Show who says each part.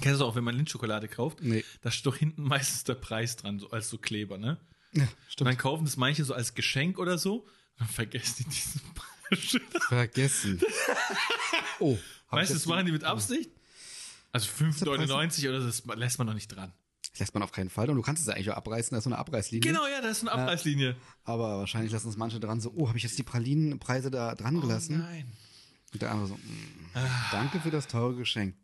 Speaker 1: Kennst du auch, wenn man Lindschokolade kauft?
Speaker 2: Nee.
Speaker 1: Da steht doch hinten meistens der Preis dran, so als so Kleber, ne?
Speaker 2: Ja,
Speaker 1: Und
Speaker 2: stimmt.
Speaker 1: dann kaufen das manche so als Geschenk oder so. Dann vergessen die diesen Preis.
Speaker 2: Vergessen. Oh. hab
Speaker 1: Weißt du,
Speaker 2: ich jetzt-
Speaker 1: das machen die mit Absicht? Also 5,99 oder so, das lässt man doch nicht dran.
Speaker 2: Das lässt man auf keinen Fall. Und du kannst es ja eigentlich auch abreißen, da ist so eine Abreißlinie.
Speaker 1: Genau, ja, das ist eine Abreißlinie.
Speaker 2: Aber wahrscheinlich lassen es manche dran so, oh, habe ich jetzt die Pralinenpreise da dran gelassen?
Speaker 1: Oh Nein. Ah.
Speaker 2: Und der andere so, mm, danke für das teure Geschenk.